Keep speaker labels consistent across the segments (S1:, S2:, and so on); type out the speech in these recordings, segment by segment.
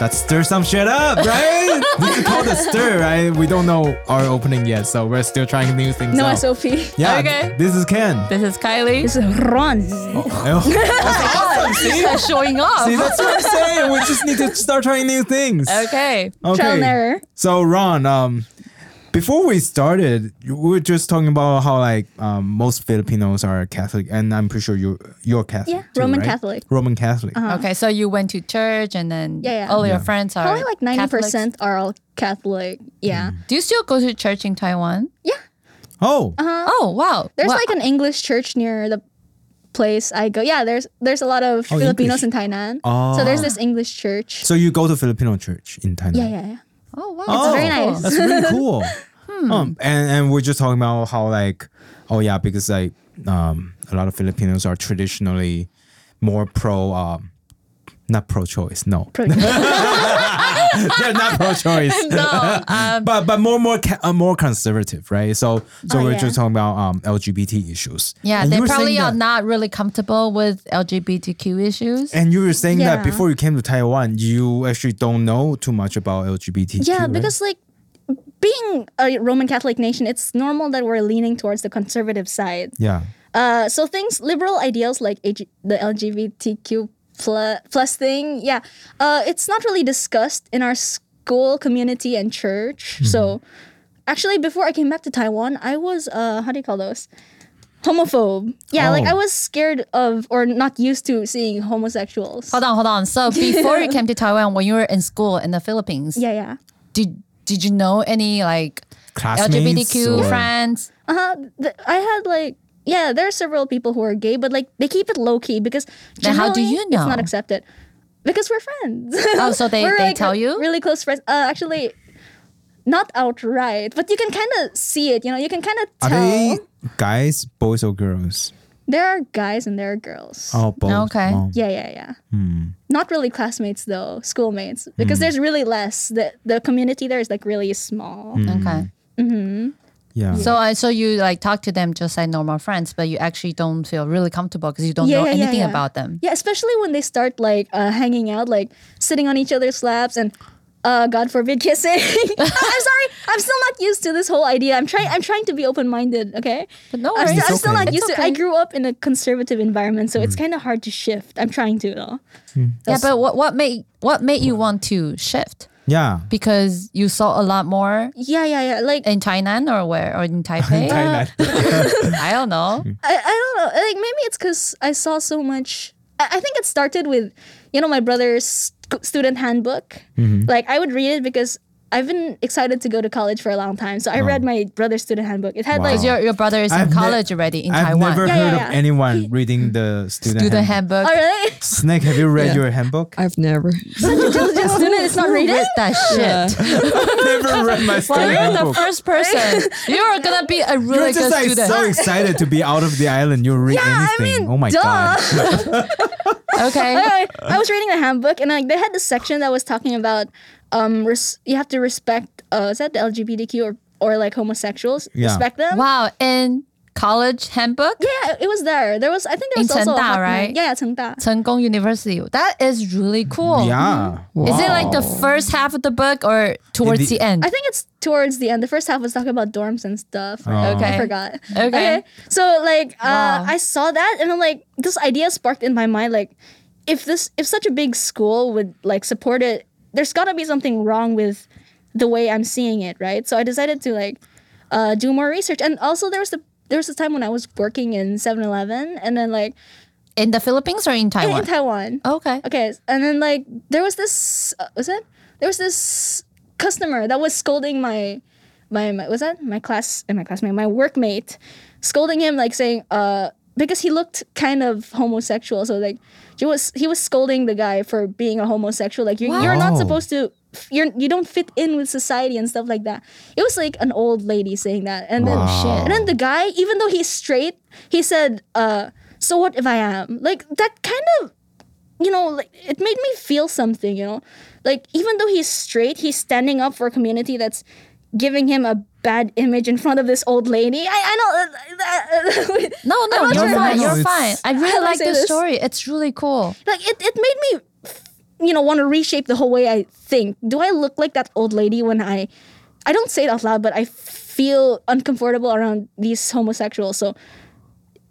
S1: Let's stir some shit up, right? this is called a stir, right? We don't know our opening yet, so we're still trying new things
S2: No
S1: out.
S2: SOP.
S1: yeah,
S3: Okay.
S1: this is Ken. Oh,
S3: This is Kylie.
S2: This is Ron.
S3: She's showing off.
S1: See, that's what I'm saying. We just need to start trying new things.
S3: Okay.
S2: Trial and error.
S1: So Ron, um, before we started, you- we were just talking about how like um, most Filipinos are Catholic, and I'm pretty sure you're you're Catholic.
S2: Yeah,
S1: too,
S2: Roman
S1: right?
S2: Catholic. Uh-huh.
S1: Roman Catholic.
S3: Okay, so you went to church and then
S2: Yeah, yeah.
S3: all your
S1: Yeah.
S3: friends are
S2: Probably like ninety
S3: Catholics.
S2: percent are all Catholic.
S1: Hmm.
S2: Yeah.
S3: Do you still go to church in Taiwan?
S2: Yeah.
S1: Oh,
S2: Uh-huh.
S3: Oh wow.
S2: Uh, There's
S3: Wow.
S2: like an English church near the place I go. Yeah, there's there's a lot of
S1: Oh,
S2: Filipinos
S1: English. Ah.
S2: in Thailand. So there's this English church.
S1: so you go to Filipino church in Thailand?
S2: yeah, yeah, yeah.
S3: oh wow.
S1: Oh,
S2: very nice.
S1: That's really cool. Um, and and we're just talking about how like, oh yeah, because like um, a lot of Filipinos are traditionally more pro, um, not pro-choice. No,
S2: Pro-
S1: they're not pro-choice.
S3: No, um,
S1: but but more more ca- uh, more conservative, right? So so
S2: Oh,
S1: we're
S2: yeah.
S1: just talking about um LGBT issues.
S3: yeah,
S1: And
S3: they
S1: you were
S3: probably
S1: saying
S3: are
S1: that-
S3: not really comfortable with LGBTQ issues.
S1: And you were saying that
S2: Yeah.
S1: before you came to Taiwan, you actually don't know too much about LGBT.
S2: yeah, because like being a Roman Catholic nation, it's normal that we're leaning towards the conservative side.
S1: yeah,
S2: Uh, so things liberal ideals like AG, the LGBTQ plus, plus thing, yeah, uh, it's not really discussed in our school community and church. So actually, before I came back to Taiwan, I was uh, how do you call those? Homophobe. Yeah, like
S1: Oh.
S2: I was scared of or not used to seeing homosexuals.
S3: Hold on, hold on. So before you came to Taiwan, when you were in school in the Philippines,
S2: Yeah, yeah.
S3: did did you know any like
S1: classmates
S3: LGBTQ
S1: or-
S3: friends?
S2: Uh, th- I had like yeah, there are several people who are gay, but like they keep it low key because
S3: Then how do
S2: generally
S3: you
S2: it's not
S3: know?
S2: accepted? Because we're friends.
S3: Oh, so they-
S2: We're,
S3: they tell you?
S2: really close friends. Uh, actually, not outright, but you can kind of see it. You know, you can kind of
S1: Are
S2: tell.
S1: they guys, boys, or girls?
S2: There are guys and there are girls.
S1: Oh, Hmm. both.
S3: Okay.
S1: Oh.
S2: Yeah, yeah, yeah. Not really classmates though, schoolmates,
S1: Hmm.
S2: because there's really less. The the community there is like really small.
S1: Hmm.
S3: Okay.
S1: Yeah.
S3: So I so you like talk to them just like normal friends, but you actually don't feel really comfortable because you don't
S2: Yeah,
S3: know
S2: yeah, yeah,
S3: anything
S2: yeah.
S3: about them.
S2: Yeah, especially when they start like uh, hanging out, like sitting on each other's laps and uh, God forbid kissing. I'm sorry, I'm still not used to this whole idea. I'm trying, I'm trying to be open minded. Okay,
S3: But no
S2: I'm,
S3: worries.
S2: still, I'm
S1: It's
S2: still
S1: okay.
S2: not used
S3: It's
S2: to. it. Oh, I
S3: okay.
S2: grew up in a conservative environment, so it's kind of hard to shift. I'm trying to though.
S3: Yeah, but what what made what made you want to shift?
S1: yeah.
S3: Because you saw a lot more
S2: Yeah, yeah, yeah. Like
S3: in Tainan or where or in Taipei. I don't know.
S2: I, I don't know. Like maybe it's because I saw so much. I, I think it started with, you know, my brother's sc- student handbook. Like I would read it because I've been excited to go to college for a long time. So I read my brother's student handbook. It had
S1: Wow.
S2: like
S1: Is
S3: Your your brother is in
S1: I've ne-
S3: college already in
S1: I've
S3: Taiwan.
S1: never
S2: Yeah,
S1: heard
S2: yeah,
S1: of
S2: yeah.
S1: anyone reading the student,
S3: Do the
S1: handbook.
S3: handbook.
S2: oh really
S1: Snake, have you read your handbook?
S4: I've never.
S2: intelligent student. It's not reading.
S3: that shit.
S1: I've never read my
S3: Well,
S1: student
S3: you're the
S1: handbook.
S3: first person. You are gonna be a really
S1: You're just
S3: good
S1: like
S3: student.
S1: so excited to be out of the island. You read
S2: I
S1: anything.
S2: mean,
S1: oh my
S2: duh.
S1: god.
S3: okay.
S2: Anyway, I was reading the handbook and like they had this section that was talking about um res- you have to respect uh is that the LGBTQ or or like homosexuals
S1: Yeah.
S2: respect them.
S3: Wow. In college handbook,
S2: Yeah, it was there. There was I think there
S3: In
S2: was also a
S3: Chengda,
S2: hot-
S3: right?
S2: Yeah, yeah, Chengda.
S3: Chengkong University. That is really cool.
S1: Yeah.
S3: Is it like the first half of the book or towards
S1: In the-
S3: the, end?
S2: I think it's towards the end. The first half was talking about dorms and stuff.
S3: Okay.
S2: I forgot.
S3: Okay.
S2: So like uh,
S3: Wow.
S2: I saw that and I'm like this idea sparked in my mind like if this if such a big school would like support it, there's gotta be something wrong with the way I'm seeing it, right? So I decided to like uh, do more research. And also there was the there was a time when I was working in 7-Eleven and then like
S3: in the Philippines or in Taiwan? Oh,
S2: in Taiwan.
S3: okay.
S2: Okay, and then like there was this uh, was it? There was this customer that was scolding my my, my was that my class and my classmate my workmate scolding him like saying uh because he looked kind of homosexual so like he was he was scolding the guy for being a homosexual like you're, you're not
S1: Wow.
S2: supposed to you're you don't fit in with society and stuff like that it was like an old lady saying that and then
S1: Wow. Shit.
S2: and then the guy even though he's straight he said uh so what if i am like that kind of you know, like it made me feel something, you know. Like even though he's straight, he's standing up for a community that's giving him a bad image in front of this old lady. I I know uh,
S3: No, no,
S2: not
S3: you're
S2: sure.
S3: fine.
S1: No,
S3: You're
S1: it's-
S3: fine. I
S2: How
S3: really
S2: do I
S3: like
S2: say
S3: this
S2: this?
S3: story. It's really cool.
S2: like it, it made me you know, want to reshape the whole way I think. Do I look like that old lady when I, I don't say it out loud, but I feel uncomfortable around these homosexuals. So,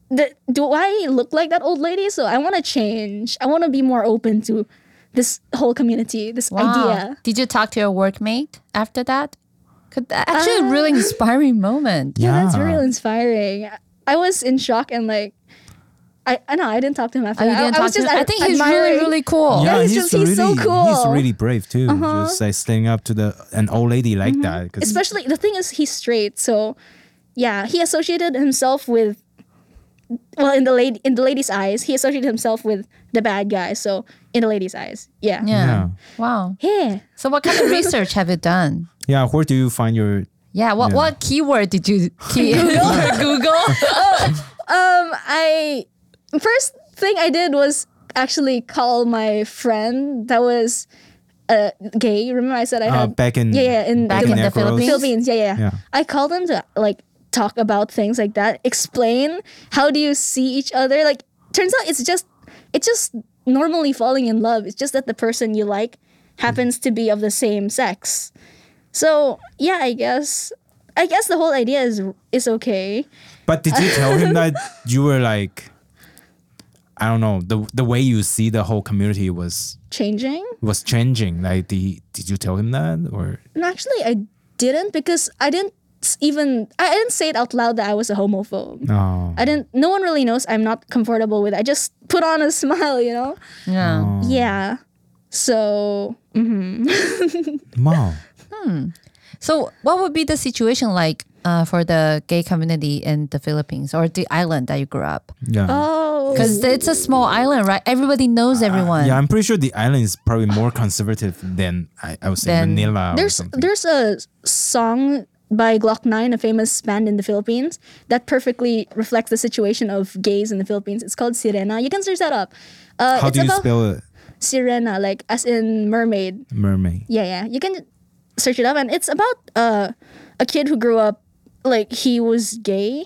S2: the, do I look like that old lady? So I want to change. I want to be more open to this whole community, this idea.
S3: Did you talk to your workmate after that? Could that actually a really inspiring moment.
S2: Um, Yeah, that's real inspiring. I was in shock and like, I I know I didn't talk to him after.
S3: Oh, you
S2: that.
S3: didn't
S2: I, I
S3: talk
S2: was
S3: to
S2: just
S3: I
S2: ad-
S3: think he's really,
S2: admiring-
S3: really cool.
S2: Yeah, he's just- he's so
S1: He's
S2: cool.
S1: really brave too. Just like standing up to the an old lady like that. 'cause-
S2: especially the thing is he's straight so yeah he associated himself with well in the lady in the lady's eyes he associated himself with the bad guy so in the lady's eyes yeah
S3: yeah.
S1: Yeah.
S3: Wow.
S2: yeah
S3: So what kind of research have you done?
S1: yeah, where do you find your?
S3: Yeah. What what keyword did you key Google?
S2: um i first thing i did was actually call my friend that was uh gay remember i said i
S1: Uh,
S2: had
S1: back in
S2: yeah, yeah, in- Back
S3: in the
S1: Negros.
S3: Philippines?
S2: Philippines. Yeah, yeah,
S1: Yeah.
S2: I call them to like talk about things like that. Explain how do you see each other? Like turns out it's just it's just normally falling in love. It's just that the person you like happens to be of the same sex. So yeah, I guess I guess the whole idea is is okay.
S1: But did you tell him that you were like, I don't know, the the way you see the whole community was
S2: Changing.
S1: was changing. Like, the, did you tell him that or?
S2: No, actually, I didn't because I didn't s- even I I didn't say it out loud that I was a homophobe.
S1: Oh,
S2: I didn't. No one really knows. I'm not comfortable with. I just put on a smile, you know.
S1: Oh.
S3: yeah.
S2: Yeah. So
S1: mom.
S3: So what would be the situation like uh, for the gay community in the Philippines or the island that you grew up?
S1: Yeah.
S2: oh
S3: Because it's a small island, right? Everybody knows everyone.
S1: Uh, Yeah, I'm pretty sure the island is probably more conservative than I, I would say
S3: Then-
S1: Manila. or
S2: there's
S1: something.
S2: there's a song by Glock 9, a famous band in the Philippines, that perfectly reflects the situation of gays in the Philippines. It's called Sirena. You can search that up. Uh,
S1: How
S2: it's
S1: do you
S2: about
S1: spell it?
S2: Sirena, like as in mermaid.
S1: Mermaid.
S2: Yeah, yeah. You can search it up, and it's about uh, a kid who grew up like he was gay,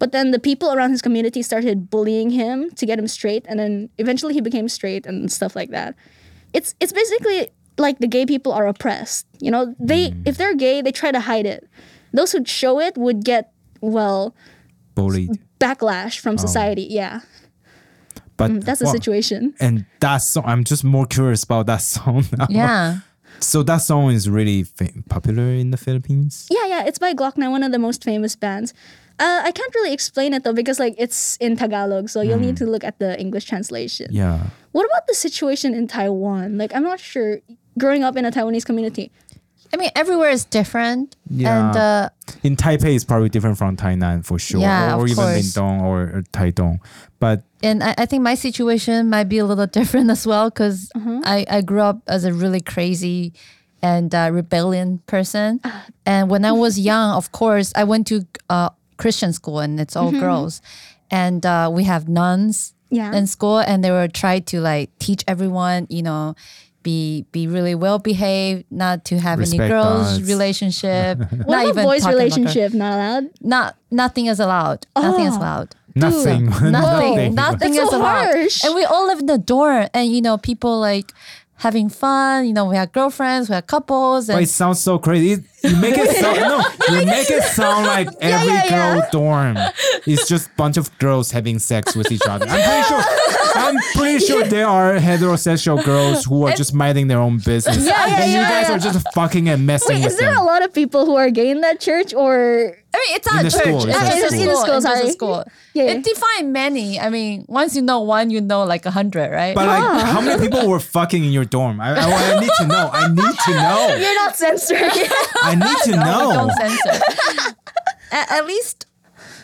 S2: but then the people around his community started bullying him to get him straight, and then eventually he became straight and stuff like that. It's it's basically like the gay people are oppressed. You know, they if they're gay, they try to hide it. Those who show it would get well Mm,
S1: Bullied.
S2: backlash from society. Yeah,
S1: But
S2: mm, that's the
S1: wow.
S2: situation.
S1: And that song, I'm just more curious about that song now.
S3: Yeah.
S1: So that song is really fa- popular in the Philippines.
S2: Yeah, yeah, it's by Glock 9, one of the most famous bands. Uh, I can't really explain it though because like it's in Tagalog, so you'll need to look at the English translation.
S1: Mm-hmm. Yeah.
S2: What about the situation in Taiwan? Like I'm not sure. Growing up in a Taiwanese community,
S3: I mean, everywhere is different.
S1: Yeah.
S3: And uh,
S1: In Taipei, it's probably different from Tainan for sure,
S3: Yeah,
S1: or,
S3: of
S1: even
S3: course.
S1: Lindong or, or Taitung. But
S3: and I, I think my situation might be a little different as well because
S2: Mm-hmm.
S3: I, I grew up as a really crazy and uh, rebellion person.
S2: Ah.
S3: And when I was young, of course, I went to uh, Christian school and it's all girls. And uh, we have nuns
S2: Mm-hmm. Yeah.
S3: in school and they were trying to like teach everyone, you know, be be really well behaved, not to have any
S1: Respect
S3: girls'
S1: us.
S3: relationship.
S2: what
S3: not
S2: about
S3: even
S2: boys'
S3: talking about girls.
S2: relationship? Not allowed.
S3: Not nothing is allowed. Nothing is
S2: Oh.
S3: allowed
S1: nothing,
S3: nothing,
S1: nothing.
S3: nothing
S2: That's
S3: is
S2: so
S3: allowed.
S2: harsh.
S3: And we all live in the dorm, and you know, people like having fun. You know, we have girlfriends, we have couples,
S1: But
S3: and
S1: it sounds so crazy. It- you make it sound no, you make it sound like every
S2: yeah, yeah.
S1: girl dorm is just bunch of girls having sex with each other. I'm pretty sure. I'm pretty sure there are heterosexual girls who are just minding their own business,
S2: Yeah, yeah,
S1: and you
S2: yeah,
S1: guys
S2: yeah.
S1: are just fucking and messing
S2: Wait,
S1: with
S2: is there
S1: them.
S2: a lot of people who are gay in that church, or
S3: I mean, it's not
S1: the
S3: a church.
S1: school, it's
S2: not
S3: just
S2: school. In the school,
S3: It's just
S2: sorry.
S3: a school.
S2: Yeah, yeah.
S3: It defines many. I mean, once you know one, you know like a hundred, right?
S1: but like, how many people were fucking in your dorm? I, I, I need to know. I need to know.
S2: you're not censoring? it.
S1: I need to know.
S3: Don't censor. at, at least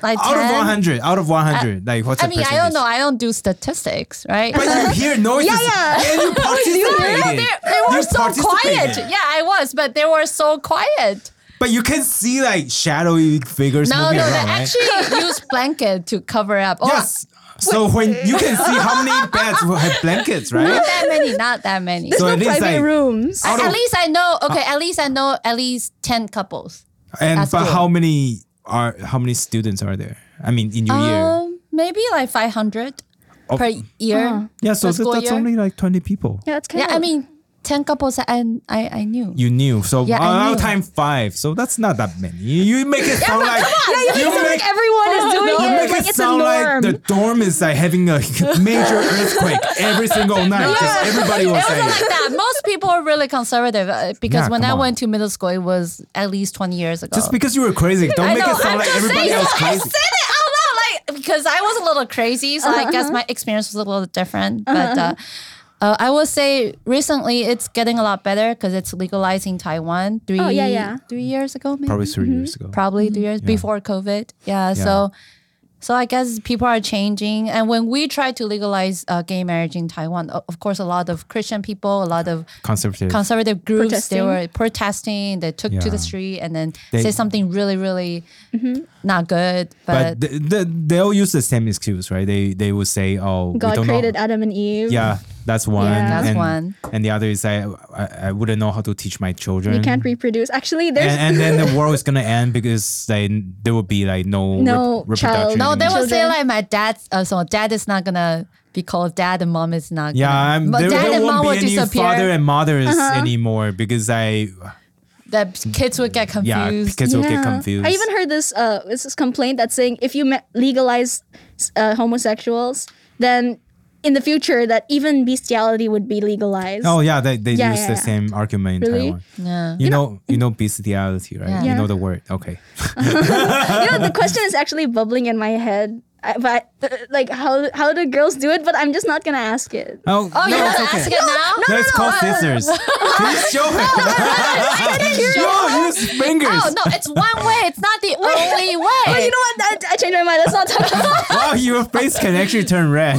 S3: like
S1: Out of
S3: 10.
S1: 100, out of 100, like what's
S3: Uh, I
S1: the
S3: mean, I don't
S1: percentage?
S3: know. I don't do statistics, right?
S1: But you hear noises.
S2: yeah.
S1: And you participated.
S3: they, they were
S1: You
S3: so quiet.
S1: participated.
S3: Yeah, I was, but they were so quiet.
S1: But you can see like shadowy figures
S3: No,
S1: moving
S3: no, they
S1: around, right?
S3: actually use blanket to cover up. Or
S1: yes. So when you can see how many beds will have blankets, right?
S3: Not that many, not that many.
S1: So
S2: no
S1: at
S2: private
S1: least like,
S2: rooms.
S1: out
S3: at
S1: of, uh,
S3: least I know. Okay, at least I know at least ten couples.
S1: and
S3: that's
S1: but
S3: good.
S1: how many are how many students are there? I mean, in your year, Oh.
S3: Um, maybe like five hundred.
S1: of-
S3: Uh, per year.
S1: yeah, so
S3: per
S1: that-
S3: school
S1: that's
S3: year.
S1: only like 20 people.
S2: Yeah, that's kind of.
S3: yeah. I mean, ten couples I I, I knew.
S1: You knew. So
S3: Yeah,
S1: uh,
S3: I knew.
S1: time five. So that's not that many. You you make it sound like you, make,
S2: everyone is doing
S1: you
S2: it.
S1: make
S2: Like
S1: it
S2: it's a
S1: sound like
S2: norm.
S1: the dorm is like having a major earthquake every single night because everybody was
S3: It
S1: saying
S3: wasn't like that. Most people are really conservative uh, because
S1: Yeah,
S3: when
S1: come
S3: I
S1: on.
S3: went to middle school, it was at least 20 years ago.
S1: just because you were crazy, don't
S3: I
S1: make
S3: know,
S1: it sound
S3: I'm
S1: like
S3: just
S1: everybody
S3: saying,
S1: else
S3: no, I
S1: crazy.
S3: said it out loud, like because I was a little crazy, so I
S2: Uh-huh.
S3: guess my experience was a little different. But uh, uh, I will say recently it's getting a lot better because it's legalized in Taiwan three
S2: Oh, yeah, yeah. Mm-hmm.
S3: three years ago, maybe
S1: Probably 3 years ago.
S3: probably three years before COVID. Yeah, so so I guess people are changing. And when we tried to legalize uh, gay marriage in Taiwan, o- of course, a lot of Christian people, a lot of
S1: Conservative.
S3: conservative groups, they
S2: Protesting.
S3: were protesting. They took to
S1: Yeah.
S3: the street and then
S1: They- Mm-hmm.
S3: say something really, really not good.
S1: but
S3: But,
S1: th- th- they'll use the same excuse, right? They they will say, "Oh, we
S2: God
S1: don't know.
S2: created Adam and Eve.
S1: Yeah, that's one.
S2: Yeah.
S3: That's
S1: and,
S3: one.
S1: And the other is I, I I wouldn't know how to teach my children.
S2: You can't reproduce. Actually, there's
S1: And, and then the world is gonna end because they, there will be like no rep-
S2: No
S1: reproduction.
S2: child.
S3: no, they
S1: anymore.
S3: will say
S2: Children.
S3: like my dad's. Uh, so dad is not gonna be called dad, and mom is not.
S1: Yeah,
S3: gonna,
S1: I'm,
S3: Mo-
S1: there,
S3: dad
S1: there
S3: and mom
S1: won't
S3: will
S1: be any father
S3: disappear. Uh-huh.
S1: and mothers anymore because I
S3: That kids will get
S1: yeah
S3: confused.
S1: kids will get
S2: Yeah.
S1: confused.
S2: I even heard this uh this is complaint that's saying if you ma- legalize uh, homosexuals, then in the future that even bestiality would be legalized.
S1: oh yeah, they, they
S2: Yeah,
S1: use
S2: yeah,
S1: the
S2: yeah.
S1: same argument in
S2: Really?
S1: Taiwan.
S3: Yeah.
S1: You, know, you know bestiality, right?
S3: Yeah.
S1: You know
S2: Yeah.
S1: the word. Okay,
S2: You know, the question is actually bubbling in my head. I, but uh, like how how do girls do it? But I'm just not gonna ask it.
S1: Oh,
S3: Oh,
S1: no,
S3: you have
S1: it's
S3: to
S1: okay.
S3: ask it now.
S1: No, it's called scissors. Please show it. No, use fingers.
S3: Oh no, it's one way. It's not the only way.
S2: Oh, you know what? I, I changed my mind. Let's not talk about.
S1: Wow, your face can actually turn red.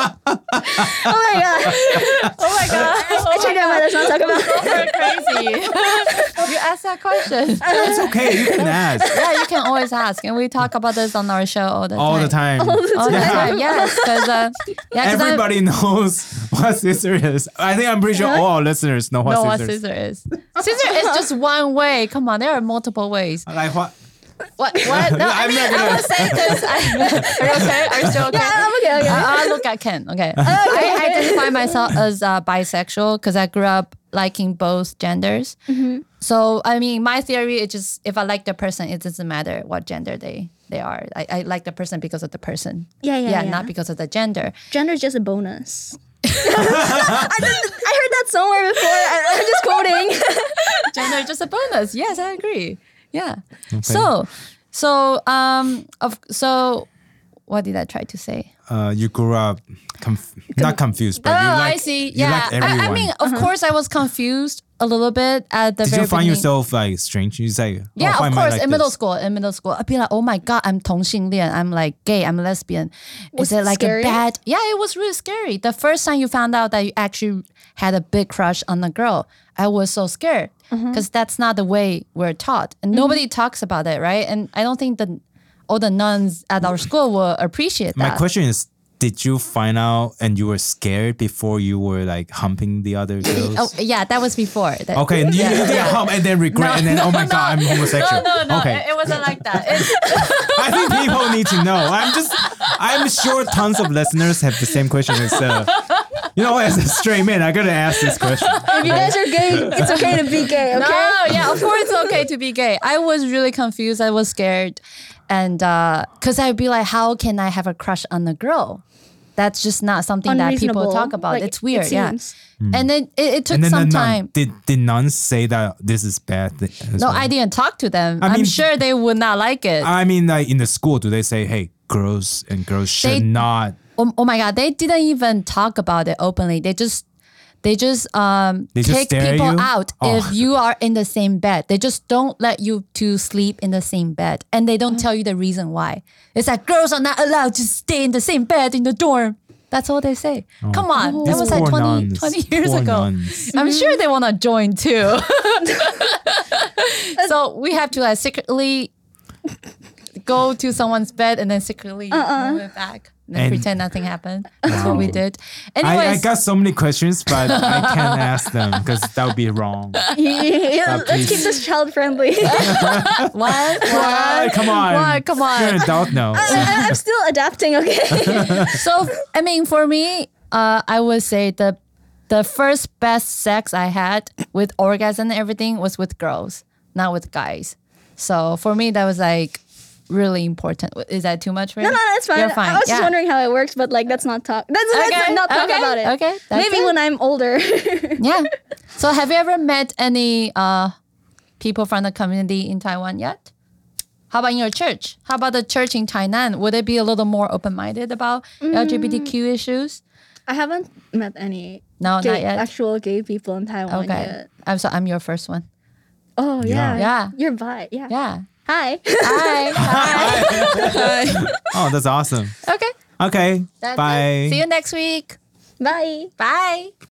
S2: Oh my god!
S3: oh my god,
S2: I changed my mind. Let's not talk about. it.
S3: crazy. you asked that question.
S1: It's okay, you can ask
S3: yeah, you can always ask, and we talk about this on our show all the
S1: all the
S3: time.
S1: time.
S3: All the time, yes, because uh, yeah, 'cause I'm-
S1: Everybody knows what scissor is. I think I'm pretty sure all our listeners know what
S3: know what
S1: scissor is.
S3: scissor is. Scissor is just one way. Come on, there are multiple ways.
S1: Like what?
S3: What? What? No, I
S1: I'm
S3: mean,
S1: not gonna-
S3: I was saying this. I, are you okay? Are you still okay?
S2: Yeah, I'm okay. okay.
S3: I, I look at Ken. Okay. I identify myself as uh, bisexual because I grew up liking both genders.
S2: Mm-hmm.
S3: So, I mean, my theory is just if I like the person, it doesn't matter what gender they, they are. I, I like the person because of the person.
S2: Yeah, yeah, yeah.
S3: not because of the gender.
S2: Gender is just a bonus. I, just, I heard that somewhere before. I, I'm just quoting.
S3: gender is just a bonus. Yes, I agree. Yeah. So, so, um, of, so, what did I try to say?
S1: Uh, you grew up conf- not confused, but
S3: Oh,
S1: you like,
S3: I see.
S1: you
S3: Yeah,
S1: like
S3: I, I
S1: everyone.
S3: mean, of course, I was confused a little bit at the
S1: Did
S3: very
S1: you find
S3: beginning.
S1: yourself like strange? You say,
S3: yeah,
S1: oh, why
S3: of
S1: am I
S3: course.
S1: like
S3: in middle
S1: this?
S3: school, in middle school, I'd be like, "Oh my god, I'm 同性恋. I'm like gay. I'm lesbian.
S2: Was
S3: Is it
S2: it
S3: like
S2: scary?
S3: a bad? Yeah, it was really scary. The first time you found out that you actually had a big crush on a girl, I was so scared because that's not the way we're taught, and nobody talks about it, right? And I don't think that all the nuns at our school will appreciate
S1: My
S3: that.
S1: question is, did you find out and you were scared before you were like humping the other girls?
S3: oh yeah, that was before. That-
S1: Okay, and you,
S3: Yeah.
S1: you did hump and then regret and then oh my god, I'm homosexual.
S3: No, no, no.
S1: okay,
S3: It, it wasn't like that. It's-
S1: I think people need to know. I'm just, I'm sure tons of listeners have the same question as, uh, you know, as a straight man, I gotta ask this question.
S2: If you guys are gay, it's okay to be gay. Okay.
S3: No, yeah, of course it's okay to be gay. I was really confused. I was scared. And because I'd be like, how can I have a crush on a girl? That's just not something that people
S2: Unreasonable.
S3: talk about.
S2: Like,
S3: it's
S2: it
S3: weird. yeah.
S2: seems.
S3: And then it, it took
S1: And then
S3: some
S1: the
S3: time.
S1: nun, did the nuns say that this is bad? thi- as
S3: No,
S1: well?
S3: I didn't talk to them. I am
S1: mean-
S3: sure they would not like it.
S1: I mean, like in the school, do they say, hey, girls and girls should
S3: They-
S1: not?
S3: oh, oh my God. They didn't even talk about it openly. They just. They just um
S1: They just
S3: take
S1: stare at
S3: people
S1: you?
S3: out
S1: Oh.
S3: if you are in the same bed. They just don't let you to sleep in the same bed, and they don't tell you the reason why. It's like girls are not allowed to stay in the same bed in the dorm. That's all they say. Come on, that
S1: These
S3: was like
S1: Oh. poor
S3: 20,
S1: nuns,
S3: 20 years
S1: poor
S3: ago.
S1: nuns.
S3: I'm sure they want to join too. so we have to like
S2: Uh-uh.
S3: secretly go to someone's bed and then secretly move it back. and
S1: And-
S3: pretend nothing happened. That's what we did. Anyways,
S1: I, I got so many questions, but I can't ask them because that would be wrong.
S2: Yeah, let's keep
S1: please.
S2: this child friendly.
S3: what?
S1: Why? Come on.
S3: Why? Come on.
S1: You're an adult now.
S2: I, I'm still adapting, okay?
S3: so I mean, for me, uh, I would say the the first best sex I had with orgasm and everything was with girls, not with guys. So for me, that was like really important. Is that too much? For
S2: No, no, that's fine.
S3: You're fine.
S2: I was
S3: yeah.
S2: just wondering how it works, but like, let's not talk. Let's, let's
S3: Okay,
S2: not talk
S3: okay,
S2: about it.
S3: okay, that's
S2: Maybe
S3: it.
S2: when I'm older.
S3: Yeah. So have you ever met any uh, people from the community in Taiwan yet? How about in your church? How about the church in Tainan? Would it be a little more open-minded about LGBTQ issues?
S2: I haven't met any
S3: No,
S2: gay,
S3: not yet.
S2: actual gay people in Taiwan
S3: okay.
S2: yet.
S3: I'm so I'm your first one.
S2: Oh yeah.
S1: Yeah.
S3: Yeah.
S2: You're bi. Yeah.
S3: Yeah.
S2: Hi.
S3: Hi.
S1: oh, that's awesome.
S3: Okay.
S1: Okay.
S3: That's
S1: bye.
S3: it. See you next week.
S2: Bye.
S3: Bye.